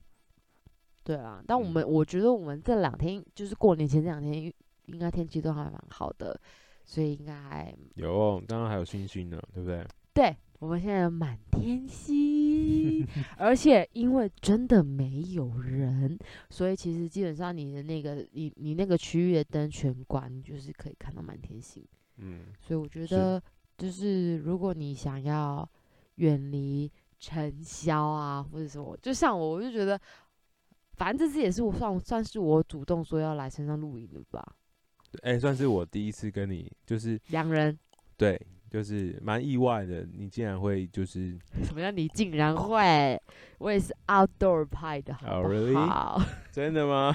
Speaker 1: 对啊，但我
Speaker 2: 嗯
Speaker 1: 们、我觉得我们这两天就是过年前这两天，应该天气都还蛮好的，所以应该还
Speaker 2: 有、哦，当然还有星星呢，对不对？
Speaker 1: 对。我们现在有满天 星，而且因为真的没有人，所以其实基本上你的那个你你那个区域的灯全关，你就是可以看到满天星。
Speaker 2: 嗯，
Speaker 1: 所以我觉
Speaker 2: 是
Speaker 1: 得，就是如果你想要远离尘嚣啊，或者什么，就像我，我就觉得，反正这次也是我算算是我主动说要来山上露营的吧。
Speaker 2: 哎、算是我第一次跟你，就是
Speaker 1: 两人，
Speaker 2: 对，就是蛮意外的，你竟然会就是
Speaker 1: 什么叫你竟然会？我也是 outdoor 派的，好
Speaker 2: 哦
Speaker 1: 不好
Speaker 2: ，really？真的 吗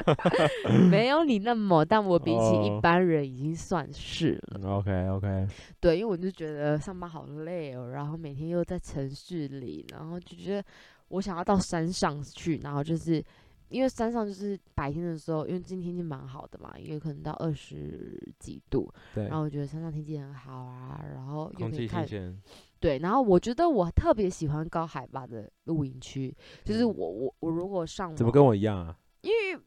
Speaker 1: 没有你那么，但我比起
Speaker 2: 哦
Speaker 1: 一般人已经算是了。
Speaker 2: 嗯？OK OK，
Speaker 1: 对，因为我就觉得上班好累哦，然后每天又在城市里，然后就觉得我想要到山上去，然后就是因为山上就是白天的时候，因为今天天气蛮好的嘛，因为可能到二十几度，
Speaker 2: 对
Speaker 1: 然，后我觉得山上天气很好啊，然后又
Speaker 2: 空
Speaker 1: 可以
Speaker 2: 气
Speaker 1: 看
Speaker 2: 新鲜，
Speaker 1: 对，然后我觉得我特别喜欢高海拔的露营区，就是
Speaker 2: 嗯
Speaker 1: 我我我如果上
Speaker 2: 怎么
Speaker 1: 网
Speaker 2: 跟我一样啊？
Speaker 1: 因为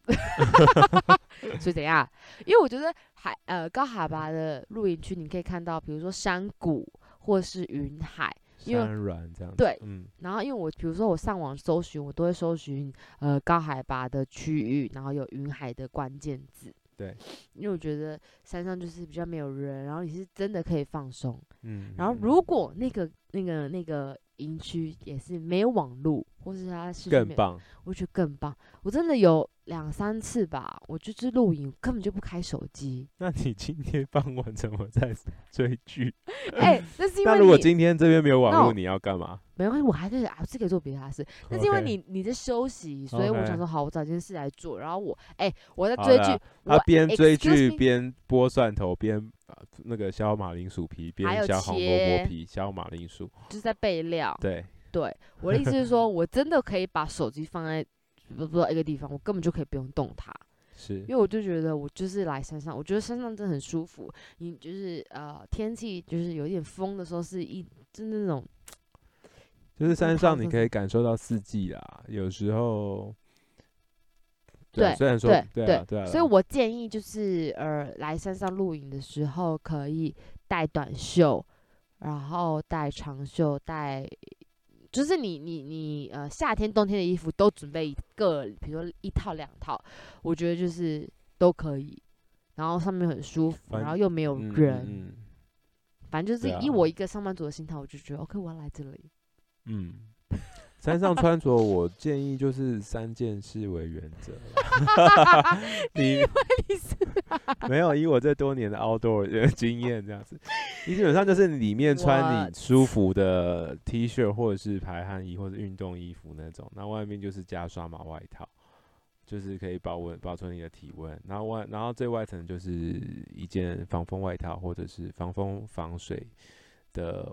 Speaker 1: 所以怎样？因为我觉得海呃高海拔的露营区，你可以看到，比如说山谷或是云海。因为
Speaker 2: 山软这样子，
Speaker 1: 对
Speaker 2: 嗯，
Speaker 1: 然后因为我比如说我上网搜寻，我都会搜寻呃高海拔的区域，然后有云海的关键字。
Speaker 2: 对，
Speaker 1: 因为我觉得山上就是比较没有人，然后你是真的可以放松。
Speaker 2: 嗯，
Speaker 1: 然后
Speaker 2: 嗯
Speaker 1: 如果那个那个那个营区也是没有网路，或是它是
Speaker 2: 更棒，
Speaker 1: 我觉得更棒。我真的有两三次吧，我就是露营根本就不开手 机。
Speaker 2: 那你今天傍晚怎么在追剧？
Speaker 1: 哎、那是因
Speaker 2: 那
Speaker 1: 为
Speaker 2: 如果
Speaker 1: 你
Speaker 2: 今天这边没有网络，
Speaker 1: No
Speaker 2: 你要干嘛？
Speaker 1: 没关系，我还在啊，这个做别的事。那是因为
Speaker 2: OK
Speaker 1: 你你在休息，所以我
Speaker 2: OK
Speaker 1: 想说好，我找件事来做。然后我哎、我在
Speaker 2: 好
Speaker 1: 追
Speaker 2: 啦
Speaker 1: 剧，
Speaker 2: 他
Speaker 1: 我
Speaker 2: 边追
Speaker 1: excuse
Speaker 2: 剧
Speaker 1: me
Speaker 2: 边剥蒜头，边呃那个削马铃薯皮，
Speaker 1: 还
Speaker 2: 边
Speaker 1: 有
Speaker 2: 削红萝
Speaker 1: 切
Speaker 2: 卜皮，削马铃薯。
Speaker 1: 就是在备料。
Speaker 2: 对，
Speaker 1: 对，我的意思是说，我真的可以把手机放在不不知道一个地方，我根本就可以不用动它。
Speaker 2: 是
Speaker 1: 因为我就觉得我就是来山上，我觉得山上真的很舒服。你就是呃，天气就是有一点风的时候，是一就那种
Speaker 2: 就是山上你
Speaker 1: 胖
Speaker 2: 可
Speaker 1: 子
Speaker 2: 以感受到四季啦，有时候。啊
Speaker 1: 对
Speaker 2: 虽然说
Speaker 1: 对
Speaker 2: 对啊对啊，
Speaker 1: 所以我建议就是呃，来山上露营的时候可以带短袖，然后带长袖，带就是你你你呃夏天冬天的衣服都准备一个，比如说一套两套，我觉得就是都可以。然后上面很舒服，
Speaker 2: 反
Speaker 1: 然后又没有
Speaker 2: 嗯
Speaker 1: 人，
Speaker 2: 嗯
Speaker 1: 反正就是
Speaker 2: 对啊
Speaker 1: 以我一个上班族的心态，我就觉得 OK，我要来这里。
Speaker 2: 嗯，嗯山上穿着我建议就是三件事为原则啦。 你
Speaker 1: 你是
Speaker 2: 没有以我这多年的 outdoor 的经验这样子，你基本上就是里面穿你
Speaker 1: What？
Speaker 2: 舒服的 T 恤或者是排汗衣或者运动衣服那种，那外面就是加刷毛外套，就是可以保温保存你的体温。然后外然后最外层就是一件防风外套或者是防风防水的，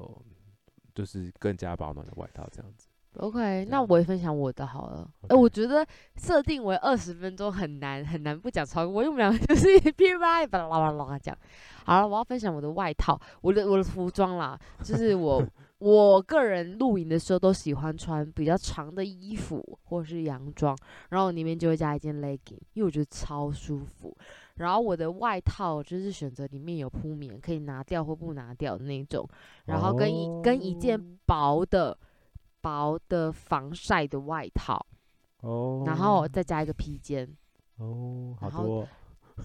Speaker 2: 就是更加保暖的外套这样子。
Speaker 1: OK，
Speaker 2: 对
Speaker 1: 那
Speaker 2: 啊
Speaker 1: 我也分享我的好了。哎、
Speaker 2: OK
Speaker 1: 我觉得设定为二十分钟很难很难不讲超过，因为我们两个 就是噼里啪啦巴拉巴拉巴拉讲。好了，我要分享我的外套，我的我的服装啦，就是我我个人露营的时候都喜欢穿比较长的衣服或是洋装，然后里面就会加一件 legging，因为我觉得超舒服。然后我的外套就是选择里面有铺棉，可以拿掉或不拿掉的那种，然后跟一、跟一件薄的薄的防晒的外套，
Speaker 2: 哦，
Speaker 1: 然后再加一个披肩，
Speaker 2: 哦，好
Speaker 1: 然后
Speaker 2: 多哦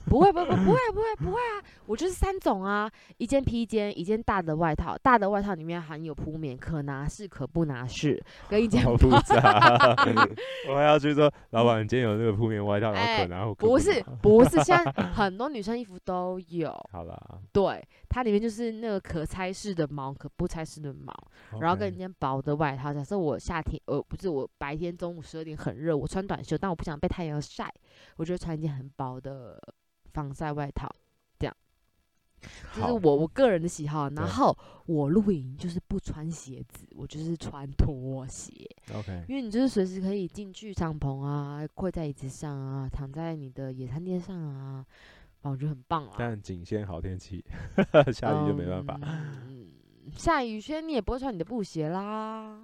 Speaker 1: 不会，不会，不会，不会啊，不会，不会啊！我就是三种啊，一件披肩，一件大的外套，大的外套里面含有铺棉，可拿式可不拿式，跟一件
Speaker 2: 好复杂。 我还要去说，老板，你今天有那个铺棉外套，然后
Speaker 1: 哎
Speaker 2: 可拿或可
Speaker 1: 不
Speaker 2: 拿
Speaker 1: 是不是，现在很多女生衣服都有，
Speaker 2: 好啦，
Speaker 1: 对，它里面就是那个可拆式的毛，可不拆式的毛，然后跟一
Speaker 2: OK
Speaker 1: 件薄的外套。假设我夏天，呃，不是我白天中午十二点很热，我穿短袖，但我不想被太阳晒，我就穿一件很薄的防晒外套，这样。这是
Speaker 2: 好
Speaker 1: 我我个人的喜好。
Speaker 2: 对
Speaker 1: 然后我露营就是不穿鞋子，我就是穿拖鞋。
Speaker 2: OK，
Speaker 1: 因为你就是随时可以进去帐篷啊，跪在椅子上啊，躺在你的野餐垫上啊，啊我觉得很棒啊。
Speaker 2: 但仅限好天气， 下雨就没办法。
Speaker 1: 嗯，下雨天你也不会穿你的布鞋啦。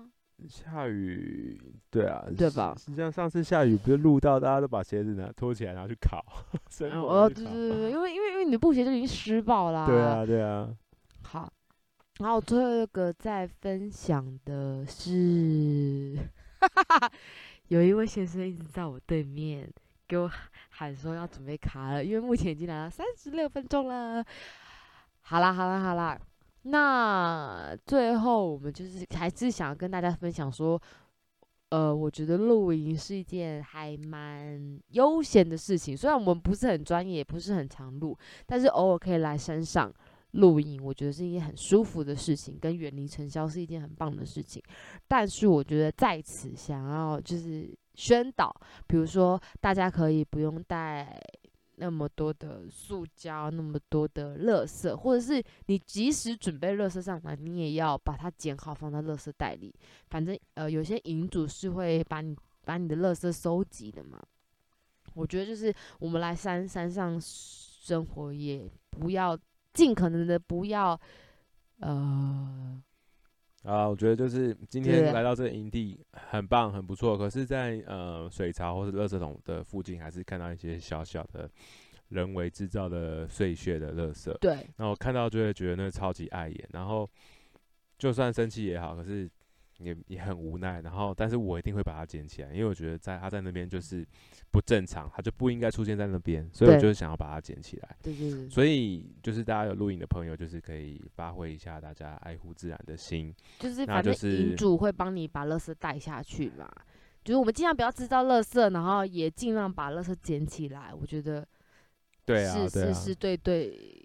Speaker 2: 下雨，对啊，
Speaker 1: 对吧
Speaker 2: 实际上上次下雨不是录到大家都把鞋子拿脱起来，然后去烤， 生
Speaker 1: 嗯，
Speaker 2: 火
Speaker 1: 哦，
Speaker 2: 去
Speaker 1: 对
Speaker 2: 烤
Speaker 1: 对对对，因为因为因为你的布鞋就已经湿爆啦。
Speaker 2: 对。啊，对啊，
Speaker 1: 好，然后最后一个在分享的是， 有一位先生一直在我对面给我喊说要准备卡了，因为目前已经来到三十六分钟了。好啦，好啦，好啦，那最后我们就是还是想要跟大家分享说。呃，我觉得露营是一件还蛮悠闲的事情，虽然我们不是很专业，也不是很常露，但是偶尔可以来山上，露营，我觉得是一件很舒服的事情，跟远离尘嚣是一件很棒的事情。但是我觉得在此想要就是宣导，比如说大家可以不用带那么多的塑胶，那么多的垃圾，或者是你即使准备垃圾上来，你也要把它捡好放在垃圾袋里。反正呃，有些营主是会把你把你的垃圾收集的嘛。我觉得就是我们来山山上生活，也不要尽可能的不要，呃，
Speaker 2: 啊，我觉得就是今
Speaker 1: 对
Speaker 2: 天来到这个营地很棒，很不错。可是在，呃水槽或是垃圾桶的附近，还是看到一些小小的人为制造的碎屑的垃圾。
Speaker 1: 对，
Speaker 2: 那我看到就会觉得那超级碍眼，然后就算生气也好，可是也也很无奈。然后，但是我一定会把它捡起来，因为我觉得在它在那边就是不正常，它就不应该出现在那边，所以我
Speaker 1: 对
Speaker 2: 就是想要把它捡起来。
Speaker 1: 对对对，
Speaker 2: 所以，就是大家有录影的朋友，就是可以发挥一下大家爱护自然的心。
Speaker 1: 就是
Speaker 2: 那
Speaker 1: 反
Speaker 2: 就
Speaker 1: 正
Speaker 2: 是
Speaker 1: 营主会帮你把垃圾带下去嘛，就是我们尽量不要制造垃圾，然后也尽量把垃圾捡起来。我觉得
Speaker 2: 对啊，
Speaker 1: 是
Speaker 2: 对
Speaker 1: 是
Speaker 2: 啊，
Speaker 1: 是对对，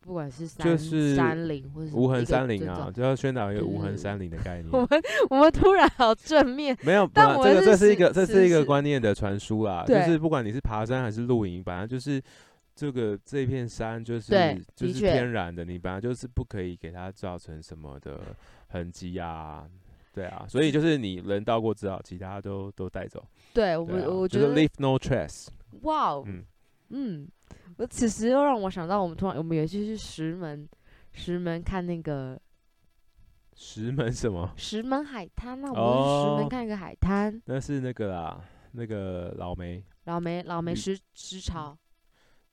Speaker 1: 不管是山、
Speaker 2: 就是
Speaker 1: 山林或者是
Speaker 2: 无痕
Speaker 1: 一个
Speaker 2: 山林
Speaker 1: 尊
Speaker 2: 啊，嗯
Speaker 1: 重，
Speaker 2: 就要宣导一个
Speaker 1: 对
Speaker 2: 无
Speaker 1: 对
Speaker 2: 痕
Speaker 1: 对
Speaker 2: 山林的
Speaker 1: 我
Speaker 2: 概念。
Speaker 1: 们我们突然好正面，
Speaker 2: 没有，
Speaker 1: 但
Speaker 2: 本来
Speaker 1: 我
Speaker 2: 这个
Speaker 1: 是
Speaker 2: 这是一
Speaker 1: 实
Speaker 2: 个这是一
Speaker 1: 实
Speaker 2: 个
Speaker 1: 施
Speaker 2: 观念的传输啦，就
Speaker 1: 对
Speaker 2: 是不管你是爬山还是露营，本来就是这个这片山就是
Speaker 1: 对
Speaker 2: 就
Speaker 1: 的
Speaker 2: 是
Speaker 1: 确
Speaker 2: 天然的，你本来就是不可以给它造成什么的痕迹啊，对啊，所以就是你人到过之后，其他都都带走。
Speaker 1: 对我
Speaker 2: 对啊
Speaker 1: 我觉
Speaker 2: 就是
Speaker 1: 得
Speaker 2: leave no trace，
Speaker 1: 哇哦，
Speaker 2: 嗯
Speaker 1: 嗯，我此时又让我想到，我们突然我们有一次去石门，石门看那个
Speaker 2: 石门什么？
Speaker 1: 石门海滩那我们去石
Speaker 2: 哦
Speaker 1: 门看一个海滩，
Speaker 2: 那是那个啦，那个老梅，
Speaker 1: 老梅老梅
Speaker 2: 嗯
Speaker 1: 石石潮，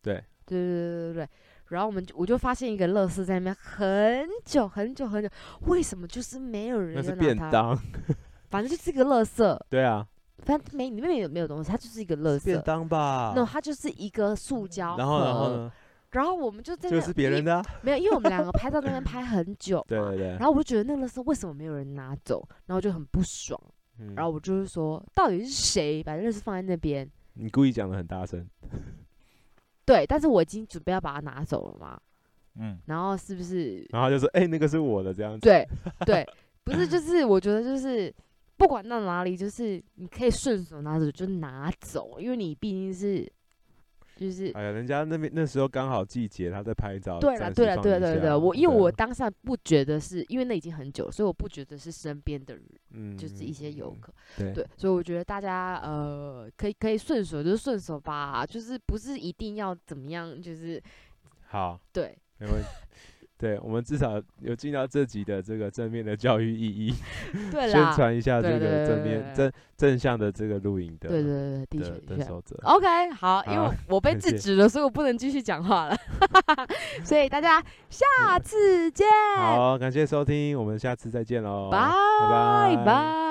Speaker 2: 对
Speaker 1: 对对对对对。然后我们就我就发现一个乐事在那边很久很久很久，为什么就是没有人
Speaker 2: 那是
Speaker 1: 要拿
Speaker 2: 便
Speaker 1: 它？
Speaker 2: 当，
Speaker 1: 反正就是一个乐色，
Speaker 2: 对啊，
Speaker 1: 反正没里面没有没有东西，它就是一个乐
Speaker 2: 便
Speaker 1: 色。
Speaker 2: 当吧。
Speaker 1: 那它就是一个塑胶
Speaker 2: 然后然后
Speaker 1: 盒
Speaker 2: 呢？
Speaker 1: 然后我们就在那
Speaker 2: 就是别
Speaker 1: 因
Speaker 2: 人的啊，
Speaker 1: 没有，因为我们两个拍照在 那边拍很久
Speaker 2: 对
Speaker 1: 嘛
Speaker 2: 对对
Speaker 1: 然。后我就觉得那个垃圾为什么没有人拿走，然后就很不爽，
Speaker 2: 嗯
Speaker 1: 然后我就是说，到底是谁把垃圾放在那边？
Speaker 2: 你故意讲的很大声，
Speaker 1: 对，但是我已经准备要把它拿走了嘛，
Speaker 2: 嗯，
Speaker 1: 然后是不是？
Speaker 2: 然后就说，哎、那个是我的这样子，
Speaker 1: 对对，不是，就是我觉得就是不管到哪里，就是你可以顺手拿走就拿走，因为你毕竟是就是
Speaker 2: 哎呀，人家那边那时候刚好季节，他在拍照，
Speaker 1: 对了，
Speaker 2: 了，
Speaker 1: 对
Speaker 2: 了
Speaker 1: 了，，对了，对
Speaker 2: 了，
Speaker 1: 了，对了，我
Speaker 2: 啊
Speaker 1: 因为我当下不觉得是因为那已经很久了，所以我不觉得是身边的人，
Speaker 2: 嗯
Speaker 1: 就是一些游，客。
Speaker 2: 对
Speaker 1: 对，所以我觉得大家呃，可以可以顺手就顺手吧，就是不是一定要怎么样，就是
Speaker 2: 嗯好，
Speaker 1: 对
Speaker 2: 没问题。对，我们至少有尽到这集的这个正面的教育意义，
Speaker 1: 对
Speaker 2: 宣
Speaker 1: 啦，
Speaker 2: 传一下这
Speaker 1: 对
Speaker 2: 个
Speaker 1: 对对
Speaker 2: 正面
Speaker 1: 对
Speaker 2: 正正向的这个录影的
Speaker 1: 对对对，
Speaker 2: 的
Speaker 1: 的确
Speaker 2: 的
Speaker 1: 的确。
Speaker 2: 守者。
Speaker 1: OK，好，因为
Speaker 2: 好
Speaker 1: 我被
Speaker 2: 感
Speaker 1: 制
Speaker 2: 谢
Speaker 1: 止了，所以我不能继续讲话了， 所以大家下次见，
Speaker 2: 好，感谢收听，我们下次再见喽，
Speaker 1: 拜
Speaker 2: 拜
Speaker 1: 拜。